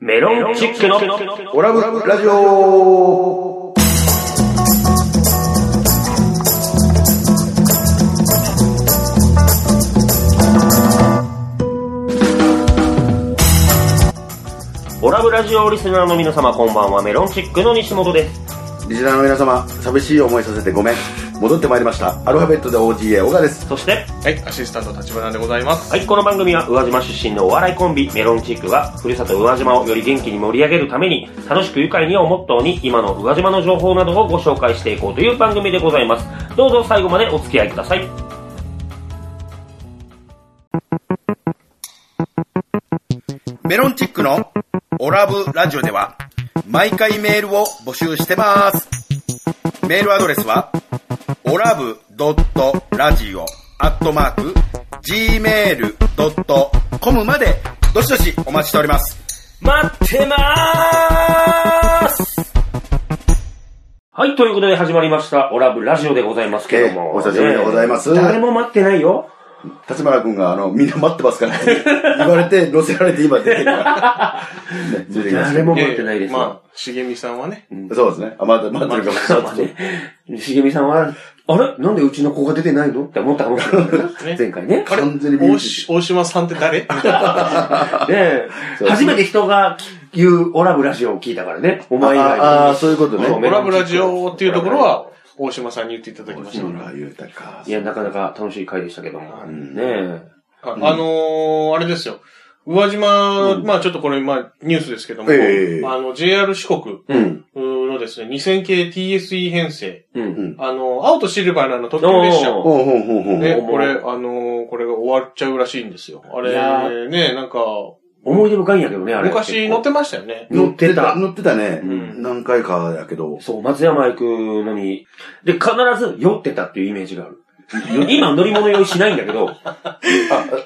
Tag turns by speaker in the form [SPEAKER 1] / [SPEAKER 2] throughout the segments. [SPEAKER 1] メロンチックの
[SPEAKER 2] オラブラジオ
[SPEAKER 1] オラブラジオリスナーの皆様こんばんはメロンチックの西本です
[SPEAKER 2] リスナーの皆様、寂しい思いさせてごめん。戻ってまいりました。アルファベットで OGA、小川です。
[SPEAKER 1] そして
[SPEAKER 3] はい、アシスタント立花でございます。
[SPEAKER 1] はいこの番組は宇和島出身のお笑いコンビメロンチックがふるさと宇和島をより元気に盛り上げるために楽しく愉快にをモットーに今の宇和島の情報などをご紹介していこうという番組でございますどうぞ最後までお付き合いください
[SPEAKER 4] メロンチックのオラブラジオでは毎回メールを募集してます。メールアドレスはオラブドットラジオアットマーク gmail.com までどしどしお待ちしております。
[SPEAKER 1] 待ってまーすはい、ということで始まりました、オラブラジオでございますけども。
[SPEAKER 2] ええお久しぶりでございます
[SPEAKER 1] ね誰も待ってないよ。
[SPEAKER 2] 立花君が、あの、みんな待ってますから、言われて、乗せられて今出て るから。ね出てきました
[SPEAKER 1] 誰も待ってないです
[SPEAKER 3] やや
[SPEAKER 1] よ。
[SPEAKER 3] まあ、しげみさんはね、
[SPEAKER 2] そうですね。あ、待って、待ってるかもしれ
[SPEAKER 1] まあ
[SPEAKER 2] ない。
[SPEAKER 1] ね、しげみさんは、あれなんでうちの子が出てないのって思ったかもしれない。前回 ね。ね
[SPEAKER 3] あれ
[SPEAKER 2] 完全に見えてる
[SPEAKER 3] 大し大島さんって誰
[SPEAKER 1] え
[SPEAKER 2] そう
[SPEAKER 1] 初めて人が言うオラブラジオを聞いたからね。お前以外
[SPEAKER 2] ああー、そういうこと
[SPEAKER 1] そう
[SPEAKER 3] オ
[SPEAKER 2] ね。
[SPEAKER 3] ラブラジオっていうところは、大島さんに言っていただきました
[SPEAKER 2] 野
[SPEAKER 3] から。
[SPEAKER 2] 村豊か
[SPEAKER 1] い。や、なかなか楽しい回でしたけども。
[SPEAKER 2] ん
[SPEAKER 1] ねえ。
[SPEAKER 3] ああのー、あれですよ。宇和島、まあちょっとこれ、まあニュースですけども、
[SPEAKER 2] ええ
[SPEAKER 3] あの、JR 四国
[SPEAKER 2] うん。
[SPEAKER 3] のですね、2000系 TSE 編成、
[SPEAKER 1] うん。
[SPEAKER 3] あの、青とシルバーのあの特急列車。
[SPEAKER 2] ほうほうほうほう。
[SPEAKER 3] ね、
[SPEAKER 1] おー
[SPEAKER 3] これ、あのーこれが終わっちゃうらしいんですよ。あ
[SPEAKER 1] いや
[SPEAKER 3] れ、ね、なんか、
[SPEAKER 1] 思い出深いんやけどね、あれ。
[SPEAKER 3] 昔乗ってましたよね。
[SPEAKER 1] 乗ってた
[SPEAKER 2] 乗ってたね。
[SPEAKER 1] ん
[SPEAKER 2] 何回かやけど。
[SPEAKER 1] そう、松山行くのに、で、必ず酔ってたっていうイメージがある。 今乗り物用意しないんだけど、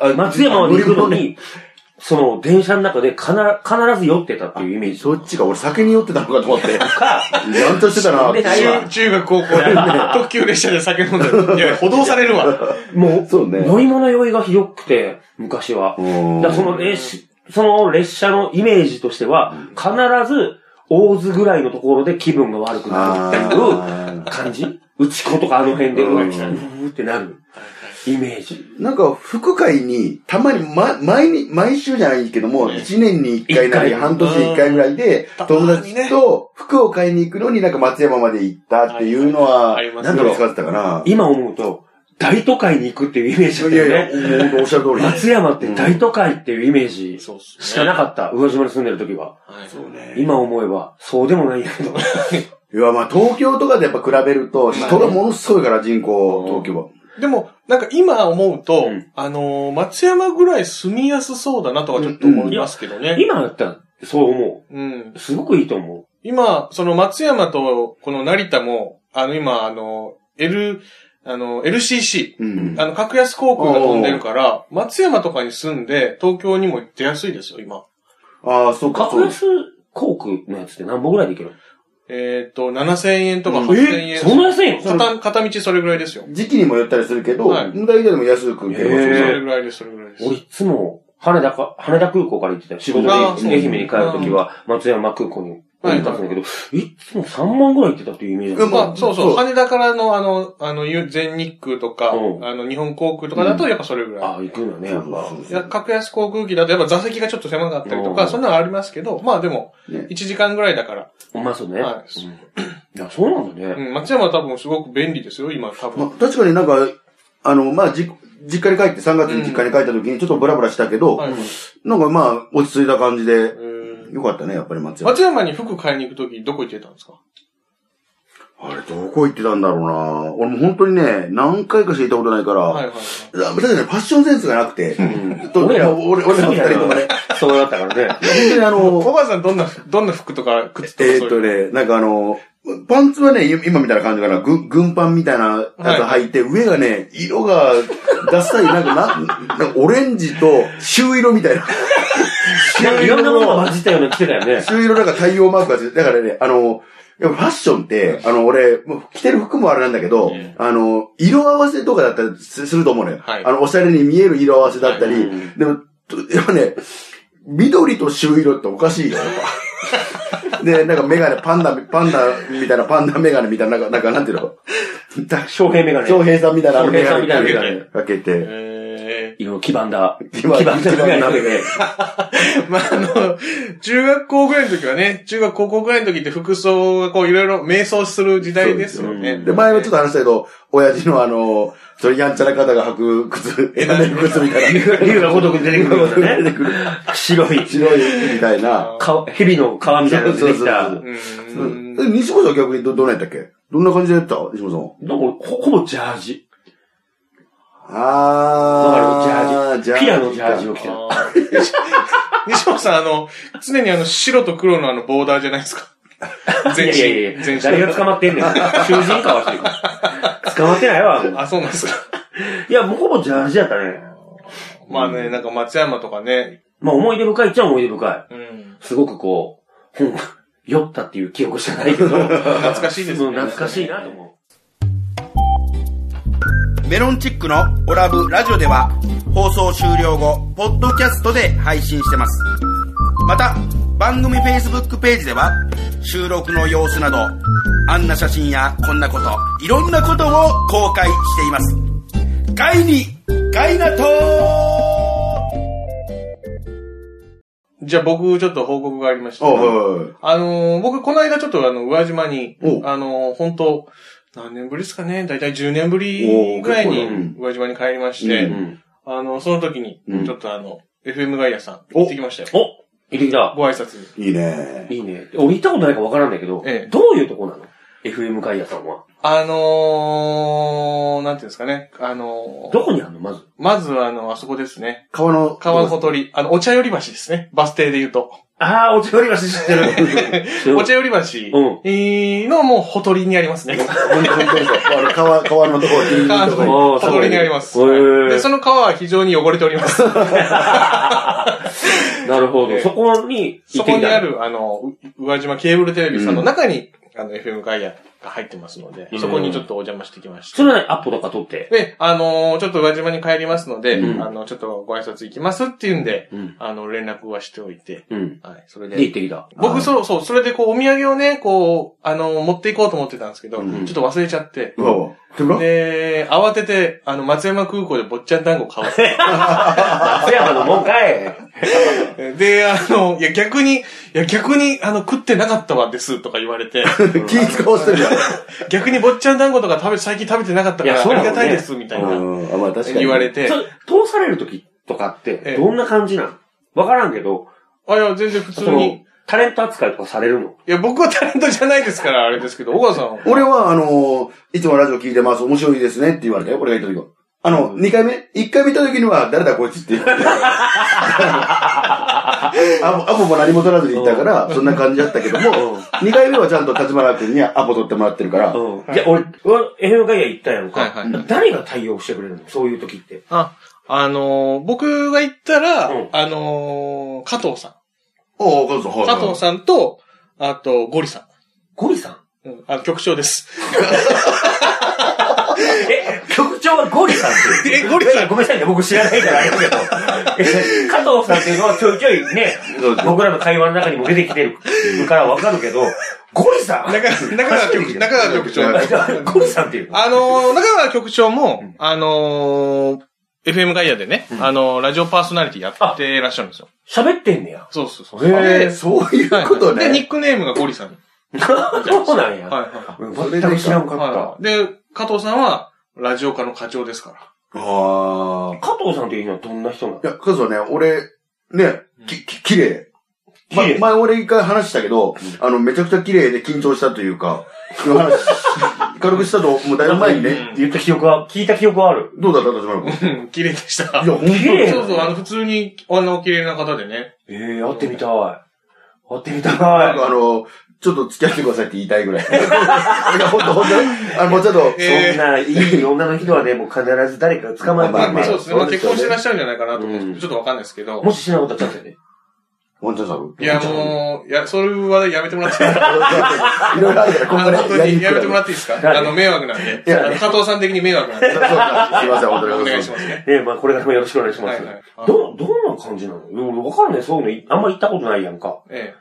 [SPEAKER 2] あ
[SPEAKER 1] 松山まで行くの。に、その電車の中で必必ず酔ってたっていうイメージ。
[SPEAKER 2] そっちが俺酒に酔ってたのかと思 って。
[SPEAKER 1] か、
[SPEAKER 2] ちゃんとしてた
[SPEAKER 1] そうね
[SPEAKER 2] な。
[SPEAKER 1] ないわ
[SPEAKER 3] 中中学、高校で、特急列車で酒飲んでる。いや、補導されるわ。
[SPEAKER 1] も
[SPEAKER 2] そう
[SPEAKER 1] う、
[SPEAKER 2] ね。
[SPEAKER 1] 乗り物酔いがひどくて、昔は。
[SPEAKER 2] うん
[SPEAKER 1] だからその列、その列車のイメージとしては、必ず、大津ぐらいのところで気分が悪くなるっていう
[SPEAKER 2] あ
[SPEAKER 1] 感じうち子とかあの辺で、う
[SPEAKER 2] うん
[SPEAKER 1] わ来たうーってなるイメージ。
[SPEAKER 2] ーなんか、副会に、たまに、ま、毎に、毎週じゃないけども、
[SPEAKER 3] ね
[SPEAKER 2] 一年に一回なり、
[SPEAKER 1] 一回
[SPEAKER 2] 半年に一回ぐらいで
[SPEAKER 3] うん、
[SPEAKER 2] 友
[SPEAKER 3] たまに
[SPEAKER 2] 達
[SPEAKER 3] ね
[SPEAKER 2] と服を買いに行くのになんか松山まで行ったっていうのは
[SPEAKER 3] あり、ます
[SPEAKER 2] な
[SPEAKER 3] よ
[SPEAKER 2] んとか使ってたかな。
[SPEAKER 1] 今思うと、大都会に行くっていうイメージだったよね。
[SPEAKER 2] や、ほんとおっしゃる通り
[SPEAKER 1] 松山って大都会っていうイメージ
[SPEAKER 3] そうっすね。
[SPEAKER 1] しかなかった。宇和島に住んでる時は。
[SPEAKER 3] はい
[SPEAKER 2] そうね。
[SPEAKER 1] 今思えば、そうでもないんやけど。
[SPEAKER 2] いや、まあ、東京とかでやっぱ比べると、人がものすごいから、人口、東京は。
[SPEAKER 3] でも、なんか今思うと、
[SPEAKER 1] うん
[SPEAKER 3] あのー松山ぐらい住みやすそうだなとはちょっと思いますけどね。
[SPEAKER 1] 今だったら、そう思
[SPEAKER 3] うん。
[SPEAKER 1] う。すごくいいと思。
[SPEAKER 3] 今、その松山とこの成田も、あの今、あの、L、あの、LCC、
[SPEAKER 2] うん。
[SPEAKER 3] あの、格安航空が飛んでるから、松山とかに住んで、東京にも行ってやすいですよ、今。
[SPEAKER 2] ああ、そううか、
[SPEAKER 1] 格
[SPEAKER 2] そう
[SPEAKER 1] 安航空のやつって何本ぐらいで行ける
[SPEAKER 3] えっ、と、7000円とか
[SPEAKER 2] うん
[SPEAKER 3] 8000円。
[SPEAKER 1] そんな安いの
[SPEAKER 2] そう
[SPEAKER 3] 片片道それぐらいですよ。
[SPEAKER 2] 時期にもよったりするけど、
[SPEAKER 3] はい
[SPEAKER 2] 大体でも安く受けれます
[SPEAKER 3] そ
[SPEAKER 2] よ
[SPEAKER 1] へ
[SPEAKER 2] ね
[SPEAKER 1] え
[SPEAKER 3] れぐらいです、それぐらいです。
[SPEAKER 1] 俺いつも、羽田か、羽田空港から行ってたよ仕事で
[SPEAKER 3] あーそう
[SPEAKER 1] 愛媛に帰る時は、松山空港に降り立つんだけど、いつも3万ぐらい行ってたっていうイメージだった。
[SPEAKER 3] まあ、そう
[SPEAKER 2] そ
[SPEAKER 3] そうう。羽田からの、あの、あの、ゆ全日空とか、
[SPEAKER 1] うん
[SPEAKER 3] あの、日本航空とかだと、やっぱそれぐら
[SPEAKER 1] ああ、行くんだね、
[SPEAKER 2] そ
[SPEAKER 1] や
[SPEAKER 2] う
[SPEAKER 1] っ
[SPEAKER 2] そう
[SPEAKER 1] ぱ
[SPEAKER 2] そう。
[SPEAKER 3] い。いや格安航空機だと、やっぱ座席がちょっと狭かったりとか、
[SPEAKER 1] うん
[SPEAKER 3] そんなのありますけど、まあでも、
[SPEAKER 2] ね
[SPEAKER 3] 1時間ぐらいだから、
[SPEAKER 1] うまそうね。う
[SPEAKER 3] はい
[SPEAKER 1] んいや、そうなんだ
[SPEAKER 3] う
[SPEAKER 1] ね。
[SPEAKER 3] ん、松山は多分すごく便利ですよ、今、多
[SPEAKER 2] まあ
[SPEAKER 3] 分。
[SPEAKER 2] 確かになんか、あの、まあ、じ、実家に帰って、3月に実家に帰った時にちょっとブラブラしたけど、
[SPEAKER 3] はい
[SPEAKER 2] なんかまあ、落ち着いた感じで、
[SPEAKER 3] うん
[SPEAKER 2] よかったね、やっぱり松山。
[SPEAKER 3] 松山に服買いに行くとき、どこ行ってたんですか
[SPEAKER 2] あれ、どこ行ってたんだろうな俺も本当にね、何回かしか行ったことないから、
[SPEAKER 3] はいはいはい。
[SPEAKER 2] だ確かにファッションセンスがなくて、と
[SPEAKER 1] 俺ら、
[SPEAKER 2] まあ俺俺ら二人ともね、
[SPEAKER 1] そうだったからね。
[SPEAKER 2] 本当にあ
[SPEAKER 3] 小
[SPEAKER 2] の、
[SPEAKER 3] 川さん、どんな、どんな服とか靴とか
[SPEAKER 2] え
[SPEAKER 3] そ
[SPEAKER 2] ーっ
[SPEAKER 3] うい
[SPEAKER 2] と
[SPEAKER 3] う。
[SPEAKER 2] ね、なんかあの、パンツはね、今みたいな感じかな。軍軍パンみたいなやつ履いて、上がね、色が、ダサい、なんかな、なんかオレンジと、朱色みたいな。
[SPEAKER 1] なんかいろんなものが混じったような着てたよね。
[SPEAKER 2] 朱色なんか太陽マークがついて、だからね、あの、やっぱファッションって、あの、俺、もう着てる服もあれなんだけど、
[SPEAKER 3] え
[SPEAKER 2] あの、色合わせとかだったりすすると思うのよ。
[SPEAKER 3] はい
[SPEAKER 2] あの、おしゃれに見える色合わせだったり、
[SPEAKER 1] はいうん
[SPEAKER 2] でも、とやっぱね、緑と朱色っておかしいよ、やっぱ。で、なんかメガネ、パンダ、パンダみたいな、パンダメガネみたいな、なんか、なんかなんていうのだ
[SPEAKER 1] 翔平メガネ。
[SPEAKER 2] 翔平さんみたいな
[SPEAKER 1] 翔
[SPEAKER 2] メ
[SPEAKER 1] 平さ
[SPEAKER 2] ガ
[SPEAKER 1] ん
[SPEAKER 2] ネ
[SPEAKER 1] みたいなメガ
[SPEAKER 2] かけて、
[SPEAKER 3] え
[SPEAKER 1] 色々黄ばんだ。
[SPEAKER 2] 黄ばんだ
[SPEAKER 1] メガネ
[SPEAKER 3] ー、 まあ、あの、中学校ぐらいの時はね、中学高校ぐらいの時って服装がこういろいろ迷走する時代ですよね。
[SPEAKER 2] で、前もちょっと話したけど、親父のあの、それやんちゃな方が履く靴、エナメル靴みたいな。
[SPEAKER 1] 竜がごとく出てくるようなね
[SPEAKER 2] 出てくる
[SPEAKER 1] 白い、
[SPEAKER 2] 白いみたいな。
[SPEAKER 1] か蛇の皮みたいなのが出てきた。
[SPEAKER 2] そうそうそう
[SPEAKER 1] な
[SPEAKER 2] そ
[SPEAKER 1] ん
[SPEAKER 2] う
[SPEAKER 1] か
[SPEAKER 3] う
[SPEAKER 2] え
[SPEAKER 3] ん。
[SPEAKER 2] 西本さん逆にど、どんなんやったっけどんな感じでやった西本さん。
[SPEAKER 1] ほほぼジャージ。わか
[SPEAKER 2] あ
[SPEAKER 1] るジャージ。ピラのジャージを着てる。
[SPEAKER 3] あー西本さん、あの、常にあの、白と黒のあの、ボーダーじゃないですか。全身。
[SPEAKER 1] いやいやいや
[SPEAKER 3] 全身。
[SPEAKER 1] 誰が捕まってんねん。囚人かわしてるから。捕まってないわ。もう
[SPEAKER 3] あ、そうなんですか。
[SPEAKER 1] いや、もうほぼジャージやったね。
[SPEAKER 3] まあね、なんか松山とかね。
[SPEAKER 1] まあ思い出深いっちゃ思い出深い。
[SPEAKER 3] うん。
[SPEAKER 1] すごくこう、本、酔ったっていう記憶しかないけど。懐
[SPEAKER 3] 懐かしいですね。
[SPEAKER 1] 懐かしいなと思う。
[SPEAKER 4] メロンチックのオラブラジオでは放送終了後、ポッドキャストで配信してます。また、番組 Facebook ページでは収録の様子など、あんな写真やこんなこと、いろんなことを公開しています。ガイに、ガイナトー
[SPEAKER 3] じゃあ僕、ちょっと報告がありまして。
[SPEAKER 2] あ、はいはいはい。
[SPEAKER 3] あのー僕、この間ちょっとあの、宇和島に
[SPEAKER 2] お、
[SPEAKER 3] あのー本当何年ぶりですかねだいたい10年ぶりぐらい
[SPEAKER 2] おー結構
[SPEAKER 3] に、宇和島に帰りまして、
[SPEAKER 2] うん
[SPEAKER 3] あの、その時に
[SPEAKER 2] う、ん
[SPEAKER 3] ちょっとあの、FM ガイアさん、
[SPEAKER 2] お
[SPEAKER 3] 行ってきましたよ。
[SPEAKER 1] お入りだ。
[SPEAKER 3] ご挨拶に。
[SPEAKER 2] いいね。
[SPEAKER 1] いいね。俺行ったことないからわからんだけど、
[SPEAKER 3] ええ
[SPEAKER 1] どういうとこなの ?FM 会社さんは。
[SPEAKER 3] あのー、なんていうんですかね。あのー、
[SPEAKER 1] どこにあんのまず。
[SPEAKER 3] まずはあの、あそこですね。
[SPEAKER 2] 川の。
[SPEAKER 3] 川小鳥。あの、お茶寄り橋ですね。バス停で言うと。
[SPEAKER 1] ああ、お茶より は知ってる。知ってる
[SPEAKER 3] お茶寄り橋
[SPEAKER 1] うん
[SPEAKER 3] えーのもうほとりにありますね。
[SPEAKER 2] 本当本当そうあの川、川のところ、ギリギリのところ
[SPEAKER 1] あ
[SPEAKER 3] ほ
[SPEAKER 1] ーそう
[SPEAKER 3] とりにあります。
[SPEAKER 1] へー
[SPEAKER 3] で、その川は非常に汚れております。
[SPEAKER 1] なるほど。
[SPEAKER 3] ええ
[SPEAKER 1] そこに 行
[SPEAKER 3] そ
[SPEAKER 1] って
[SPEAKER 3] こ
[SPEAKER 1] み
[SPEAKER 3] に
[SPEAKER 1] た
[SPEAKER 3] あ
[SPEAKER 1] い。
[SPEAKER 3] る、あの、う宇和島ケーブルテレビさんの中に、あの、FM ガイアが入ってますので、
[SPEAKER 1] うん
[SPEAKER 3] そこにちょっとお邪魔してきました。
[SPEAKER 1] それなりにアップとか撮って。
[SPEAKER 3] で、あのーちょっと宇和島に帰りますので、
[SPEAKER 1] うん
[SPEAKER 3] あの、ちょっとご挨拶行きますっていうんで、
[SPEAKER 1] うん。
[SPEAKER 3] あの、連絡はしておいて、
[SPEAKER 1] うん。
[SPEAKER 3] はい、それ
[SPEAKER 1] で、行っ
[SPEAKER 3] で。
[SPEAKER 1] てきた。
[SPEAKER 3] 僕、そう、そう、それでこう、お土産をね、こう、あのー持っていこうと思ってたんですけど、
[SPEAKER 2] うん
[SPEAKER 3] ちょっと忘れちゃって、
[SPEAKER 2] うわうわ。手ぶら
[SPEAKER 3] で、慌てて、あの、松山空港で坊っちゃん団子買わせて、
[SPEAKER 1] 松山のもんかい。
[SPEAKER 3] で、あの、いや、逆に、いや、逆に、あの、食ってなかったわです、とか言われて、
[SPEAKER 2] 気使わせてるやん。
[SPEAKER 3] 逆に坊っちゃん団子とか食べ、最近食べてなかったか
[SPEAKER 1] い
[SPEAKER 3] ら、
[SPEAKER 1] やそう
[SPEAKER 3] あ
[SPEAKER 1] だ
[SPEAKER 3] り
[SPEAKER 1] よね
[SPEAKER 3] がたいです、みたいな、
[SPEAKER 2] うん、あ、まあ確かに。
[SPEAKER 3] 言われて
[SPEAKER 1] そ、れ通される時とかっ
[SPEAKER 3] ええ
[SPEAKER 1] て、どんな感じなのわからんけど、
[SPEAKER 3] あ、いや、全然普通
[SPEAKER 1] その
[SPEAKER 3] に、、
[SPEAKER 1] タレント扱いとかされるの
[SPEAKER 3] いや、僕はタレントじゃないですから、あれですけど、小川さんは、
[SPEAKER 2] 俺は、あのーいつもラジオ聞いてます。面白いですねって言われたよ。俺が言った時は。あの、二回目一回見た時には、誰だこいつって 言って。アポアポも何も取らずに行ったから、そんな感じだったけども、二回目はちゃんと立花君にアポ取ってもらってるから、
[SPEAKER 1] うん。じゃあ、俺、FM 会社行ったやん
[SPEAKER 3] はい
[SPEAKER 1] か
[SPEAKER 3] は。い
[SPEAKER 1] 誰が対応してくれるのそういう時って。
[SPEAKER 3] あ、あのー僕が行ったら、
[SPEAKER 1] うん
[SPEAKER 3] あのー加藤さ
[SPEAKER 2] おお、加藤さん、は
[SPEAKER 3] ん。
[SPEAKER 2] いはい
[SPEAKER 3] 加藤さんと、あと、ゴリさ
[SPEAKER 1] ゴリさん
[SPEAKER 3] ん。うん、あの、局長です。
[SPEAKER 1] え、局長はゴリさんっていう。
[SPEAKER 3] えゴリさん
[SPEAKER 1] いやごめんなさいね、僕知らないからあれだけど。え加藤さんっていうのはちょいちょいね
[SPEAKER 2] そうそ、う
[SPEAKER 1] 僕らの会話の中にも出てきてるからわかるけど、ゴリさん
[SPEAKER 3] 中中川局、中川局長。
[SPEAKER 1] ゴリさんっていうの
[SPEAKER 3] あのー中川局長も、あのー FM ガイアでね、あのーラジオパーソナリティやってらっしゃるんですよ。
[SPEAKER 1] 喋ってんねや。
[SPEAKER 3] そうそうそう。
[SPEAKER 1] へー
[SPEAKER 2] えーそういう
[SPEAKER 3] はい
[SPEAKER 2] こと
[SPEAKER 3] で、ニ
[SPEAKER 2] ね。
[SPEAKER 3] ックネームがゴリさん。
[SPEAKER 1] そうなんや。
[SPEAKER 3] はいは
[SPEAKER 1] 全く知らんか
[SPEAKER 3] い。
[SPEAKER 1] っ
[SPEAKER 3] はい、で、加藤さんは、ラジオ課の課長ですか
[SPEAKER 2] ああ。
[SPEAKER 1] た。加藤さんっていうのはどんな人なの
[SPEAKER 2] いや、そうそうね、俺、ね、き、き、綺麗。
[SPEAKER 1] 綺
[SPEAKER 2] ま、
[SPEAKER 1] 麗
[SPEAKER 2] 前俺一回話したけど、あの、めちゃくちゃ綺麗で緊張したというか、 いう話、軽くしたと、もうだいぶ前にね、
[SPEAKER 1] 言った記憶は、聞いた記憶はある。
[SPEAKER 2] どうだった田島君。い
[SPEAKER 3] ら。うん、綺麗でし
[SPEAKER 2] や、
[SPEAKER 3] た。
[SPEAKER 2] ほんと
[SPEAKER 1] 綺麗
[SPEAKER 3] そうそう、あの、普通に、あの、綺麗な方でね。
[SPEAKER 1] ええ、会ってみたい。会ってみたい。
[SPEAKER 2] なんかあの、ちょっと付き合ってくださいって言いたいぐらい。 いや、ほんとほんとあの、もうちょっと、
[SPEAKER 3] えー
[SPEAKER 1] そんな、いい女の人はね、もう必ず誰か捕まえて
[SPEAKER 2] まあまあ
[SPEAKER 3] そうですね。まあ、
[SPEAKER 2] そうで
[SPEAKER 3] 結
[SPEAKER 2] すよね
[SPEAKER 3] 婚してらっしゃるんじゃないかなと思
[SPEAKER 1] う
[SPEAKER 3] うんちょっとわかんないですけど。
[SPEAKER 1] もししなかったらちゃんとね。
[SPEAKER 2] ワンチャンスある
[SPEAKER 3] いや、もう、いや、そういう話題やめてもらっていいですか
[SPEAKER 2] う。いろいろあるから、こ
[SPEAKER 3] あ
[SPEAKER 2] こ
[SPEAKER 3] の
[SPEAKER 2] で
[SPEAKER 3] 本当にやめてもら
[SPEAKER 2] っ
[SPEAKER 3] っていいですかあの、迷惑なんで。
[SPEAKER 2] や
[SPEAKER 3] あの加藤さん的に迷惑なん
[SPEAKER 2] て
[SPEAKER 3] で。
[SPEAKER 2] そうか、すいません、本当に。
[SPEAKER 3] お願いしますね。
[SPEAKER 1] ねまあこれからもよろしくお願いしま
[SPEAKER 3] は
[SPEAKER 1] す。
[SPEAKER 3] いはい。あ
[SPEAKER 1] ど、どんな感じなの俺わかんない。そういうのい、あんま行ったことないやんか。
[SPEAKER 3] え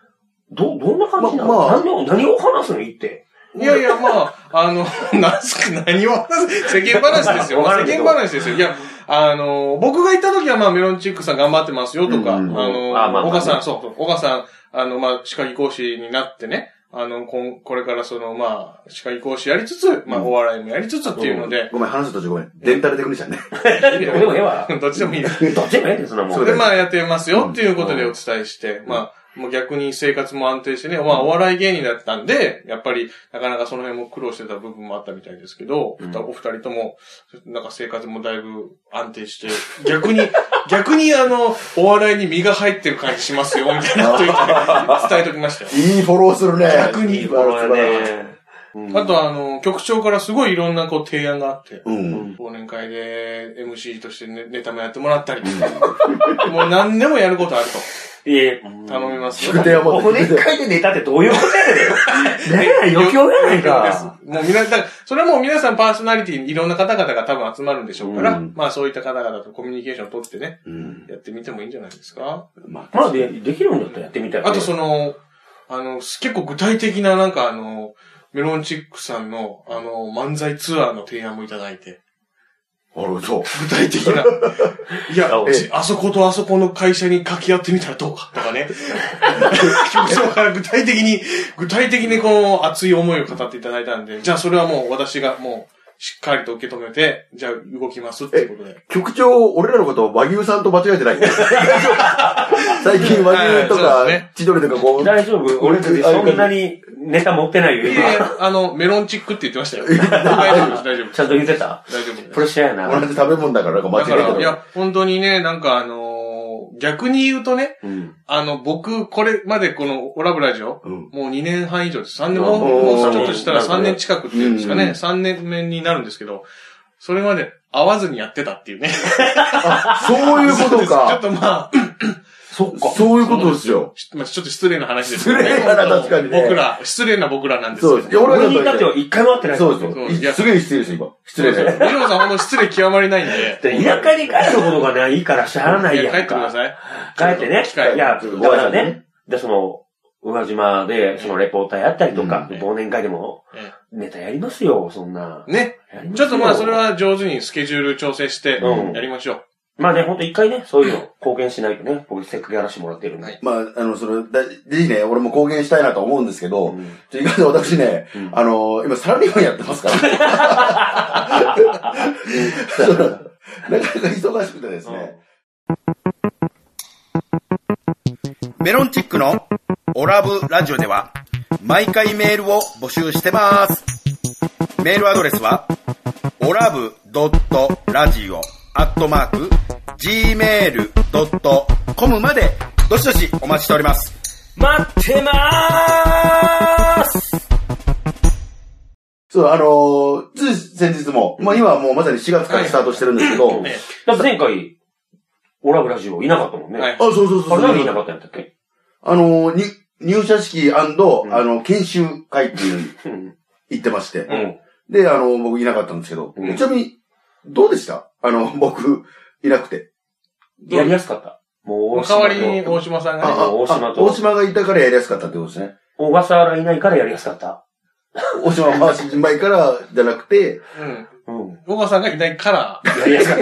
[SPEAKER 1] ど、どんな感じなの、
[SPEAKER 2] ままあ
[SPEAKER 1] 何を、何を話すの行って。
[SPEAKER 3] えいやいや、まあ、あの、 なんすか、何を話す、世間話ですよ。
[SPEAKER 1] わ
[SPEAKER 3] ま
[SPEAKER 1] か
[SPEAKER 3] あ
[SPEAKER 1] らんけ
[SPEAKER 3] 世
[SPEAKER 1] ど
[SPEAKER 3] 間話ですよ。いや、あの、僕が行った時は、まあ、メロンチックさん頑張ってますよとか、あ
[SPEAKER 2] うんうん
[SPEAKER 3] の、
[SPEAKER 1] あまあまあ
[SPEAKER 3] 岡さん、そうそう、岡さん、あの、まあ、歯科技講師になってね、あの、こんこれからその、まあ、歯科技講師やりつつ、まあ、
[SPEAKER 2] うん
[SPEAKER 3] お笑いもやりつつっていうので、
[SPEAKER 2] ごめん、話す途中ごめん。デンタルテクニ シャンね。
[SPEAKER 1] でもええ わ。
[SPEAKER 3] どっちでもいいです。
[SPEAKER 1] どっちもええでそんなもん。
[SPEAKER 2] そうだ
[SPEAKER 3] で、
[SPEAKER 2] よ
[SPEAKER 3] まあ、やってますよっていうことでお伝えして、まあ、もう逆に生活も安定してね、まあ、お笑い芸人だったんで、やっぱり、なかなかその辺も苦労してた部分もあったみたいですけど、
[SPEAKER 1] うん
[SPEAKER 3] お二人とも、なんか生活もだいぶ安定して、逆に、 逆にあの、お笑いに身が入ってる感じしますよ、みたいなこと言って伝えときましたよ。
[SPEAKER 2] いいフォローするね。
[SPEAKER 3] 逆に
[SPEAKER 1] いいフォローやね。うん
[SPEAKER 3] あ、とあの、局長からすごいいろんなこう提案があって、
[SPEAKER 2] う。
[SPEAKER 1] うんん。
[SPEAKER 3] 忘年会で MC としてネネタもやってもらったり、もう何でもやることある
[SPEAKER 1] いえ、
[SPEAKER 3] と。頼みますよ。
[SPEAKER 2] 聞く手はも
[SPEAKER 1] 忘年会でネタってどういうことや ねん。ねえ、余興やない か。
[SPEAKER 3] もう皆、だからそれはもう皆さんパーソナリティにいろんな方々が多分集まるんでしょうから、
[SPEAKER 2] うん
[SPEAKER 3] まあそういった方々とコミュニケーションを取ってね、
[SPEAKER 2] うん。
[SPEAKER 3] やってみてもいいんじゃないですか。
[SPEAKER 2] ま
[SPEAKER 1] まあで、できるんだったらやってみたい。
[SPEAKER 3] あとそ
[SPEAKER 1] の、
[SPEAKER 3] の、あの、結構具体的ななんかあの、メロンチックさんの、あの、漫才ツアーの提案もいただいて、
[SPEAKER 2] あ、あら、そう。
[SPEAKER 3] 具体的な。 いや、
[SPEAKER 1] あ
[SPEAKER 3] ちあそことあそこの会社に掛け合ってみたらどうかとかね。局長から具体的に、具体的にこう、熱い思いを語っていただいたんで、じゃあそれはもう私がもう、しっかりと受け止めて、じゃあ動きますっていうことで。
[SPEAKER 2] 局長、俺らのことを和牛さんと間違え てない。最近和牛と
[SPEAKER 3] は
[SPEAKER 2] か
[SPEAKER 3] いそうですね、
[SPEAKER 2] 千鳥とかこう、
[SPEAKER 1] 大丈夫俺たちそんなにネタ持ってないよ、
[SPEAKER 3] いやい
[SPEAKER 1] 今。
[SPEAKER 3] やあの、メロンチックって言ってましたよ。 大丈夫です、大丈夫で
[SPEAKER 1] ちゃんと言ってた
[SPEAKER 3] す。大丈夫です
[SPEAKER 1] プレッシャーやな。
[SPEAKER 2] 同じ食べ物だからなんか間違
[SPEAKER 3] だ
[SPEAKER 2] えて
[SPEAKER 3] から、い
[SPEAKER 2] る。
[SPEAKER 3] や、本当にね、なんかあのー逆に言うとね、
[SPEAKER 1] うん。
[SPEAKER 3] あの、僕、これまでこの、オラブラジオ、
[SPEAKER 2] うん。
[SPEAKER 3] もう2年半以上です。3年、
[SPEAKER 1] うん
[SPEAKER 3] もう、もうちょ
[SPEAKER 1] うん
[SPEAKER 3] っとしたら3年近くっていうんですか
[SPEAKER 2] うん
[SPEAKER 3] ね。3年目になるんですけど、それまで会わずにやってたっていうね。
[SPEAKER 2] あ、 そういうこ
[SPEAKER 3] そう
[SPEAKER 2] と
[SPEAKER 3] ですちょっ
[SPEAKER 2] か。
[SPEAKER 3] とまあ、
[SPEAKER 1] そっか。
[SPEAKER 2] そういうことですよ。
[SPEAKER 3] しまあちょっと失礼な話ですけど
[SPEAKER 2] 失礼だな確かにね
[SPEAKER 3] 僕ら、失礼な僕らなんです
[SPEAKER 2] そう
[SPEAKER 3] よ
[SPEAKER 2] です。いや、
[SPEAKER 1] 俺
[SPEAKER 2] 俺
[SPEAKER 1] に至
[SPEAKER 2] だ
[SPEAKER 1] っては一回も会ってない。
[SPEAKER 2] そう
[SPEAKER 3] そう
[SPEAKER 2] です
[SPEAKER 3] いや
[SPEAKER 2] よ。すげえ失礼です、今。失礼
[SPEAKER 3] そう
[SPEAKER 2] です。
[SPEAKER 3] そう二郎さんほんと失礼極まりないんで。
[SPEAKER 1] で田舎に帰ることがね、いいからしゃあないいや
[SPEAKER 3] や
[SPEAKER 1] ん
[SPEAKER 3] 帰
[SPEAKER 1] か。
[SPEAKER 3] ってください。
[SPEAKER 1] 帰ってね。
[SPEAKER 3] 機会
[SPEAKER 1] いや、
[SPEAKER 2] ちょっと
[SPEAKER 1] だ
[SPEAKER 2] ご
[SPEAKER 1] か
[SPEAKER 2] 挨拶
[SPEAKER 1] ら
[SPEAKER 2] ね
[SPEAKER 1] ね、で、その、宇和島で、そのレポーターやったりとか、
[SPEAKER 3] うん
[SPEAKER 1] 忘年会でも、ネタやりますよ、そんな。
[SPEAKER 3] ね。
[SPEAKER 1] やりす
[SPEAKER 3] ちょ
[SPEAKER 1] よ
[SPEAKER 3] っとまあ、それ。は上手にスケジュール調整して、
[SPEAKER 1] うん
[SPEAKER 3] やりましょう。
[SPEAKER 1] まあね、ほんと一回ね、そういうの貢献しないとね、僕せっかくやらせてもらってるん
[SPEAKER 3] は
[SPEAKER 1] で
[SPEAKER 3] い。
[SPEAKER 2] まあ、あの、その、だぜひね、俺も公言したいなと思うんですけ
[SPEAKER 1] う
[SPEAKER 2] ど、
[SPEAKER 1] ん
[SPEAKER 2] ちょ意外と私ね、
[SPEAKER 1] うん
[SPEAKER 2] あの、今サラリーマンやってますから。そうなかなか忙しくてですね。
[SPEAKER 4] メロンチックのオラブラジオでは毎回メールを募集してます。メールアドレスはオラブドットラジオアットマーク gmail.com までどしどしお待ちしております。
[SPEAKER 1] 待ってまーす
[SPEAKER 2] そう、あの、つい先日も、まあ今はもうまさに4月からスタートしてるんですけど、
[SPEAKER 3] ええ
[SPEAKER 1] だって前回、オラブラジオいなかったもんね。
[SPEAKER 3] はい
[SPEAKER 1] あ
[SPEAKER 2] あ、そうそうそう
[SPEAKER 1] れ
[SPEAKER 2] そ
[SPEAKER 1] 何でいな
[SPEAKER 2] う。
[SPEAKER 1] かったんだっけ
[SPEAKER 2] あの、に入社式あ
[SPEAKER 1] ん
[SPEAKER 2] の、研修会っていう、
[SPEAKER 1] うん。
[SPEAKER 2] 行ってまして
[SPEAKER 1] う。ん。
[SPEAKER 2] で、あの、僕いなかったんですけど、
[SPEAKER 1] うん
[SPEAKER 2] ちなみに、どうでしたあの、 僕、いなくて。
[SPEAKER 3] どう
[SPEAKER 1] やりやすかった。もう大島
[SPEAKER 3] 代
[SPEAKER 1] と、
[SPEAKER 3] わりに大島さんがね
[SPEAKER 1] あ、大島と
[SPEAKER 2] 大島がいたからやりやすかったってことですね。
[SPEAKER 1] 小笠原いないからやりやすかった。
[SPEAKER 2] 大島は新前からじゃなくて、
[SPEAKER 3] うん。
[SPEAKER 1] うん。
[SPEAKER 3] 小川さんがいないから、
[SPEAKER 1] やりやすかっ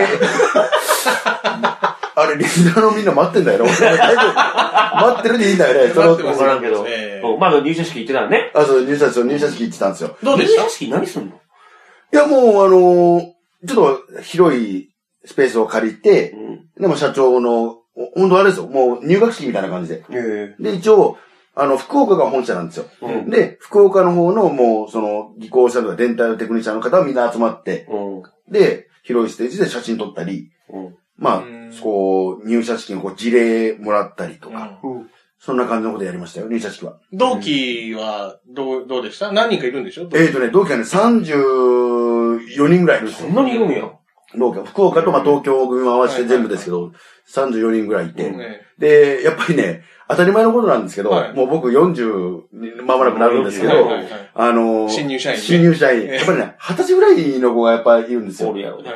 [SPEAKER 1] た。
[SPEAKER 2] あれ、リスナーのみんな待ってんだよね。大丈夫待ってるでいいんだよね。その
[SPEAKER 3] 待ってます
[SPEAKER 1] わからんけど。
[SPEAKER 3] ええ
[SPEAKER 1] うんまあ入社式行ってたらね。
[SPEAKER 2] あ、そう、入社式、入社式行ってたんですよ。
[SPEAKER 3] どうでした
[SPEAKER 1] 入社式何すんの
[SPEAKER 2] いや、もう、あのーちょっと広いスペースを借りて、
[SPEAKER 1] うん。
[SPEAKER 2] でも社長の、お本当あれですよ。もう入学式みたいな感じで。
[SPEAKER 1] え
[SPEAKER 2] で、一応、あの、福岡が本社なんですよ。
[SPEAKER 1] え。うん。
[SPEAKER 2] で、福岡の方のもう、その、技巧者とかデンタルテクニシャンの方はみんな集まって、
[SPEAKER 1] うん。
[SPEAKER 2] で、広いステージで写真撮ったり、
[SPEAKER 1] うん。
[SPEAKER 2] ま
[SPEAKER 3] うん
[SPEAKER 2] あ、こう、入社式のこう事例もらったりとか、
[SPEAKER 1] うん。
[SPEAKER 2] そんな感じのことやりましたよ、入社式は。
[SPEAKER 3] 同期は、どう、どうでした何人かいるんでしょ
[SPEAKER 2] えっ、ー、とね、同期はね、34人ぐらいいるんです
[SPEAKER 1] そ
[SPEAKER 2] よ
[SPEAKER 1] ん。なにいるんや。
[SPEAKER 2] 農家、福岡とまあ東京組も合わせて全部ですけど、34人ぐらいいて、
[SPEAKER 3] ね
[SPEAKER 2] で、やっぱりね、当たり前のことなんですけど、
[SPEAKER 3] はい
[SPEAKER 2] もう僕40、まもなくなるんですけど、
[SPEAKER 1] はい
[SPEAKER 3] はいはい
[SPEAKER 2] あのー
[SPEAKER 3] 新入社員ね
[SPEAKER 2] 新入社員。
[SPEAKER 3] ええ
[SPEAKER 2] やっぱりね、二十歳ぐらいの子がやっぱいるんです
[SPEAKER 1] お
[SPEAKER 2] よ。
[SPEAKER 1] る
[SPEAKER 2] 二
[SPEAKER 1] やろ
[SPEAKER 3] はい
[SPEAKER 1] ね。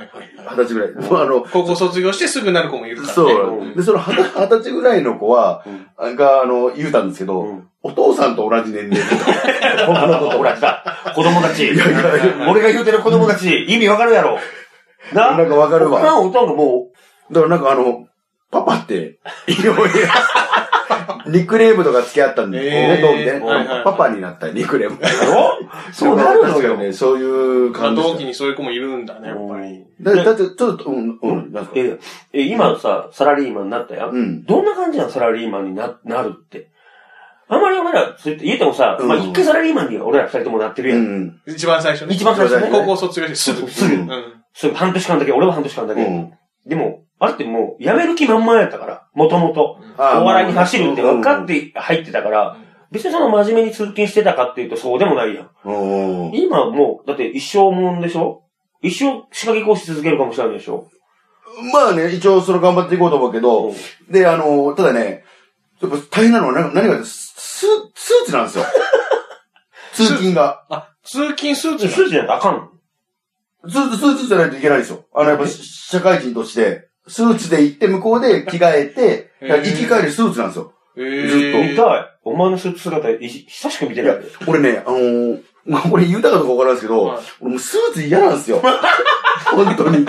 [SPEAKER 3] はいはい
[SPEAKER 2] 十歳ぐらい。もうあの、
[SPEAKER 3] 高校卒業してすぐなる子もいるからね。
[SPEAKER 2] そう。で、その二十二十歳ぐらいの子は、が、あの、言うたんですけど、
[SPEAKER 1] うん
[SPEAKER 2] お父さんと同じ年齢だ
[SPEAKER 1] 僕のこと、ほら、来た。子供たち。
[SPEAKER 3] や
[SPEAKER 1] 俺が言うてる子供たち、意味わかるやろ。な、
[SPEAKER 2] と。なんかわか るわ。
[SPEAKER 1] 他のおとんがも
[SPEAKER 2] だからなんかあの、パパって、いろいろ、ニックネームとか付き合ったんですよ
[SPEAKER 3] え
[SPEAKER 2] ね、
[SPEAKER 3] ー
[SPEAKER 2] 同期ね
[SPEAKER 3] はいはいはい。
[SPEAKER 2] パパになったり、ニックネー ム。
[SPEAKER 1] う、やろそうなるの
[SPEAKER 2] 確かに
[SPEAKER 1] よ。
[SPEAKER 2] ね、そういう
[SPEAKER 3] まあ
[SPEAKER 2] 感じで
[SPEAKER 3] 同
[SPEAKER 2] し
[SPEAKER 3] 期にそういう子もいるんだね、やっぱり。
[SPEAKER 2] た。だだって、ちょっと、うん、うん、なんすか。
[SPEAKER 1] え、え、今さ、サラリーマンになったやん。
[SPEAKER 2] うん。
[SPEAKER 1] どんな感じなのサラリーマンにな、なるって。あんまりお前ら、そう言って言えてもさ、
[SPEAKER 2] うん
[SPEAKER 1] まあ一回サラリーマンに俺ら二人ともなってる
[SPEAKER 2] う
[SPEAKER 1] やん。
[SPEAKER 2] ん。
[SPEAKER 3] 一番最初ね。
[SPEAKER 1] 一番最初ね
[SPEAKER 3] 高校卒業してすぐ。
[SPEAKER 1] すぐ
[SPEAKER 3] うん。
[SPEAKER 1] そう半年間だけ、俺は半年間だ
[SPEAKER 2] う
[SPEAKER 1] け。
[SPEAKER 2] ん。
[SPEAKER 1] でも、あれってもう、辞める気満々やったから、もともと。
[SPEAKER 2] お
[SPEAKER 1] お笑いに走るって分かって入ってたから、別にその真面目に通勤してたかっていうとそうでもないやん。
[SPEAKER 2] おー
[SPEAKER 1] 今もう、だって一生もんでしょ一生仕掛け講師続けるかもしれないでしょ
[SPEAKER 2] まあね、一応それ頑張っていこうと思うけど、
[SPEAKER 1] うん
[SPEAKER 2] で、あの、ただね、やっぱ大変なのはな何かって、ススーツなん ですよ。通勤が。
[SPEAKER 3] あ、通勤ス
[SPEAKER 1] ス
[SPEAKER 3] ーツ
[SPEAKER 1] ー
[SPEAKER 3] な
[SPEAKER 1] ツじゃなくてあかん
[SPEAKER 2] スーツ、スーツじゃないといけないですよ。あの、やっぱ社会人として、スーツで行って向こうで着替えて、
[SPEAKER 3] へー
[SPEAKER 2] だから行き帰りスーツなんですよ。
[SPEAKER 1] の。
[SPEAKER 3] の。え
[SPEAKER 1] 見たい。お前のスーツ姿、い久しく見て
[SPEAKER 2] い
[SPEAKER 1] な
[SPEAKER 2] や
[SPEAKER 1] い。、
[SPEAKER 2] 俺ね、あのー、まあこれ言うたかどうかわからんですけど、
[SPEAKER 3] はい
[SPEAKER 2] 俺もうスーツ嫌なんですよ。本当に。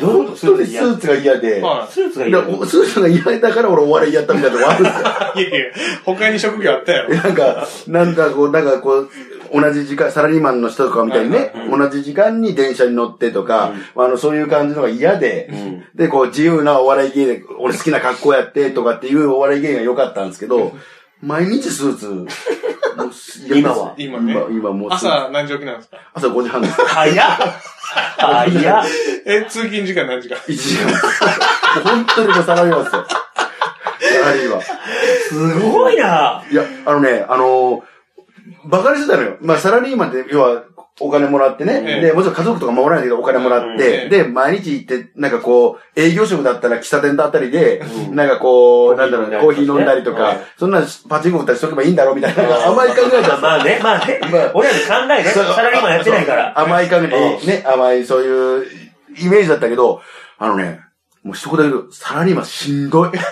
[SPEAKER 1] どういうことス
[SPEAKER 2] 本当
[SPEAKER 1] ーツ
[SPEAKER 2] にス
[SPEAKER 1] 嫌
[SPEAKER 2] ーツが嫌で。
[SPEAKER 3] は
[SPEAKER 1] スーツがい
[SPEAKER 2] い
[SPEAKER 1] い
[SPEAKER 2] や
[SPEAKER 1] の。
[SPEAKER 2] おスーツが嫌だから俺お笑いやったみたいなとこあるんですよ。
[SPEAKER 3] い。いやいや、他に職業あったやろ。
[SPEAKER 2] なんか、なんかこう、なんかこう、同じ時間、サラリーマンの人とかみたいにね、
[SPEAKER 3] はい
[SPEAKER 2] 同じ時間に電車に乗ってとか、あの、そういう感じのが嫌で、
[SPEAKER 1] ん
[SPEAKER 2] で、こう、自由なお笑い芸で、俺好きな格好やってとかっていうお笑い芸が良かったんですけど、毎日スーツ、もうす嫌です
[SPEAKER 1] 今は
[SPEAKER 3] 今ね
[SPEAKER 2] 今、今もうスーツ、
[SPEAKER 3] 朝何時起きなんですか
[SPEAKER 2] 朝5時半です。
[SPEAKER 1] 早っ早っ
[SPEAKER 3] え、通勤時間何時間
[SPEAKER 2] 1時間です。もう本当にもうサラリーマンですよ。サラリーマン。
[SPEAKER 1] すごいない
[SPEAKER 2] や、あのね、あのー、バカにしてたのよ。まあ、サラリーマンって、要は、お金もらってね、
[SPEAKER 3] ええ
[SPEAKER 2] で、もちろん家族とか守らないけど、お金もらって、
[SPEAKER 3] ええ
[SPEAKER 2] で、毎日行って、なんかこう、営業職だったら喫茶店だったりで、なんかこう、なんだろうね、コ
[SPEAKER 1] コ
[SPEAKER 2] ー
[SPEAKER 1] ー
[SPEAKER 2] ヒ
[SPEAKER 1] ヒ
[SPEAKER 2] ー
[SPEAKER 1] ー飲
[SPEAKER 2] 飲ん
[SPEAKER 1] んだ
[SPEAKER 2] だり
[SPEAKER 1] り
[SPEAKER 2] と
[SPEAKER 1] と
[SPEAKER 2] か
[SPEAKER 1] か、
[SPEAKER 2] そんなパチンコ打ったりしとけばいいんだろうみ たいな、甘い考えじゃん。
[SPEAKER 1] まあね、まあね
[SPEAKER 2] まあ。
[SPEAKER 1] 俺らの考えね。
[SPEAKER 2] そう
[SPEAKER 1] サラリーマンやってないから。
[SPEAKER 2] 甘い考え、
[SPEAKER 1] うん
[SPEAKER 2] ね、甘い、そういうイメージだったけど、あのね、もう一言で言うと、サラリーマンしんどい。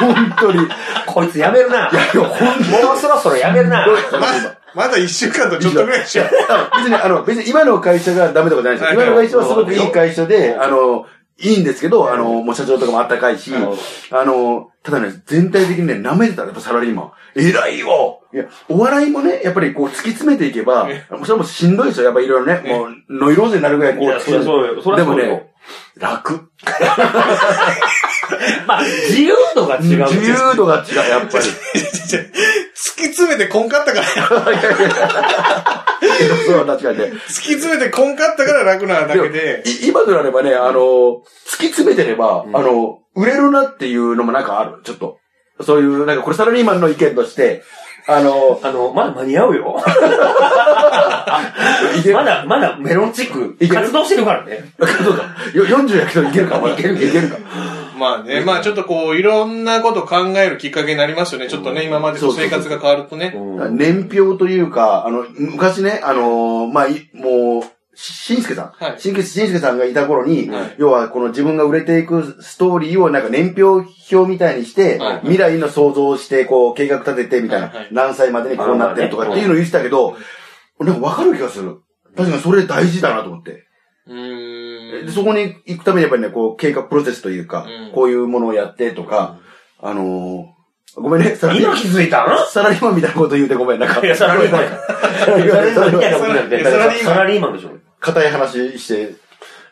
[SPEAKER 2] 本当に。い
[SPEAKER 1] こいつやめるな。
[SPEAKER 2] や、いや、本 当に。
[SPEAKER 1] もうそろそろやめるな。
[SPEAKER 2] サラリーマン
[SPEAKER 3] まだ一週間と ちょっとぐらいでしょ。
[SPEAKER 2] あ別に、あの、別に今の会社がダメとかじゃないですよ。今の会社はすごくいい会社で、あの、いいんですけど、あの、もう社長とかもあったかいし、あの、ただね、全体的にね、舐めてた、やっぱサラリーマン。偉いよいや、お笑いもね、やっぱりこう突き詰めていけば、それはもうしんどいですよ。やっぱいろいろね、もう、ノイローゼになるぐらいこう
[SPEAKER 1] いやそりゃそうよそり
[SPEAKER 2] で
[SPEAKER 1] ゃそ
[SPEAKER 2] も
[SPEAKER 1] うよ
[SPEAKER 2] ね、楽。
[SPEAKER 1] まあ、自由度が
[SPEAKER 2] 自
[SPEAKER 1] 違う。
[SPEAKER 2] 由度が違う、やっぱり。
[SPEAKER 3] 突き詰めてこんかったから、
[SPEAKER 2] そう、確かにね。
[SPEAKER 3] 突き詰めてこんかったから楽なだけで。
[SPEAKER 2] い今となればね、あの、突き詰めてれば、あの、売れるなっていうのもなんかある、ちょっと。そういう、なんかこれサラリーマンの意見として、あの、
[SPEAKER 1] あの、まだ間に合うよ。
[SPEAKER 2] いける
[SPEAKER 1] まだ、まだメロンチック、活動してるからね。
[SPEAKER 2] そうか、よ40やけどいけるか、まだ。いけるか、いけるか。
[SPEAKER 3] まあね、まあちょっとこう、いろんなこと考えるきっかけになりますよね。ちょっとね、今までと生活が変わるとね。
[SPEAKER 2] 年表というか、あの、昔ね、あの、まあ、いもう、ししんすけさん。
[SPEAKER 3] はい
[SPEAKER 2] しんけしんすけさんがいた頃に、
[SPEAKER 3] はい
[SPEAKER 2] 要はこの自分が売れていくストーリーをなんか年表表みたいにして、
[SPEAKER 3] はい
[SPEAKER 2] 未来の想像をして、こう、計画立ててみたいな、
[SPEAKER 3] はいはい
[SPEAKER 2] 何歳までにこうなってるとかっていうのを言ってたけど、なんかわかる気がする。確かにそれ大事だなと思って。
[SPEAKER 3] うーん
[SPEAKER 2] で。そこに行くためにやっぱりね、こう、計画プロセスというか、
[SPEAKER 3] うん
[SPEAKER 2] こういうものをやってとか、あのーごめんね、サラリーマ
[SPEAKER 1] 今
[SPEAKER 2] ン
[SPEAKER 1] 気づいたん
[SPEAKER 2] サラリーマンみたいなこと言うてごめん、なんか。
[SPEAKER 1] いや、サラリーマン。サラリーマンみたいなことなんで。
[SPEAKER 3] サ
[SPEAKER 1] サ
[SPEAKER 3] ラリーマン
[SPEAKER 1] ラリーマンでしょ。
[SPEAKER 2] 硬い話して、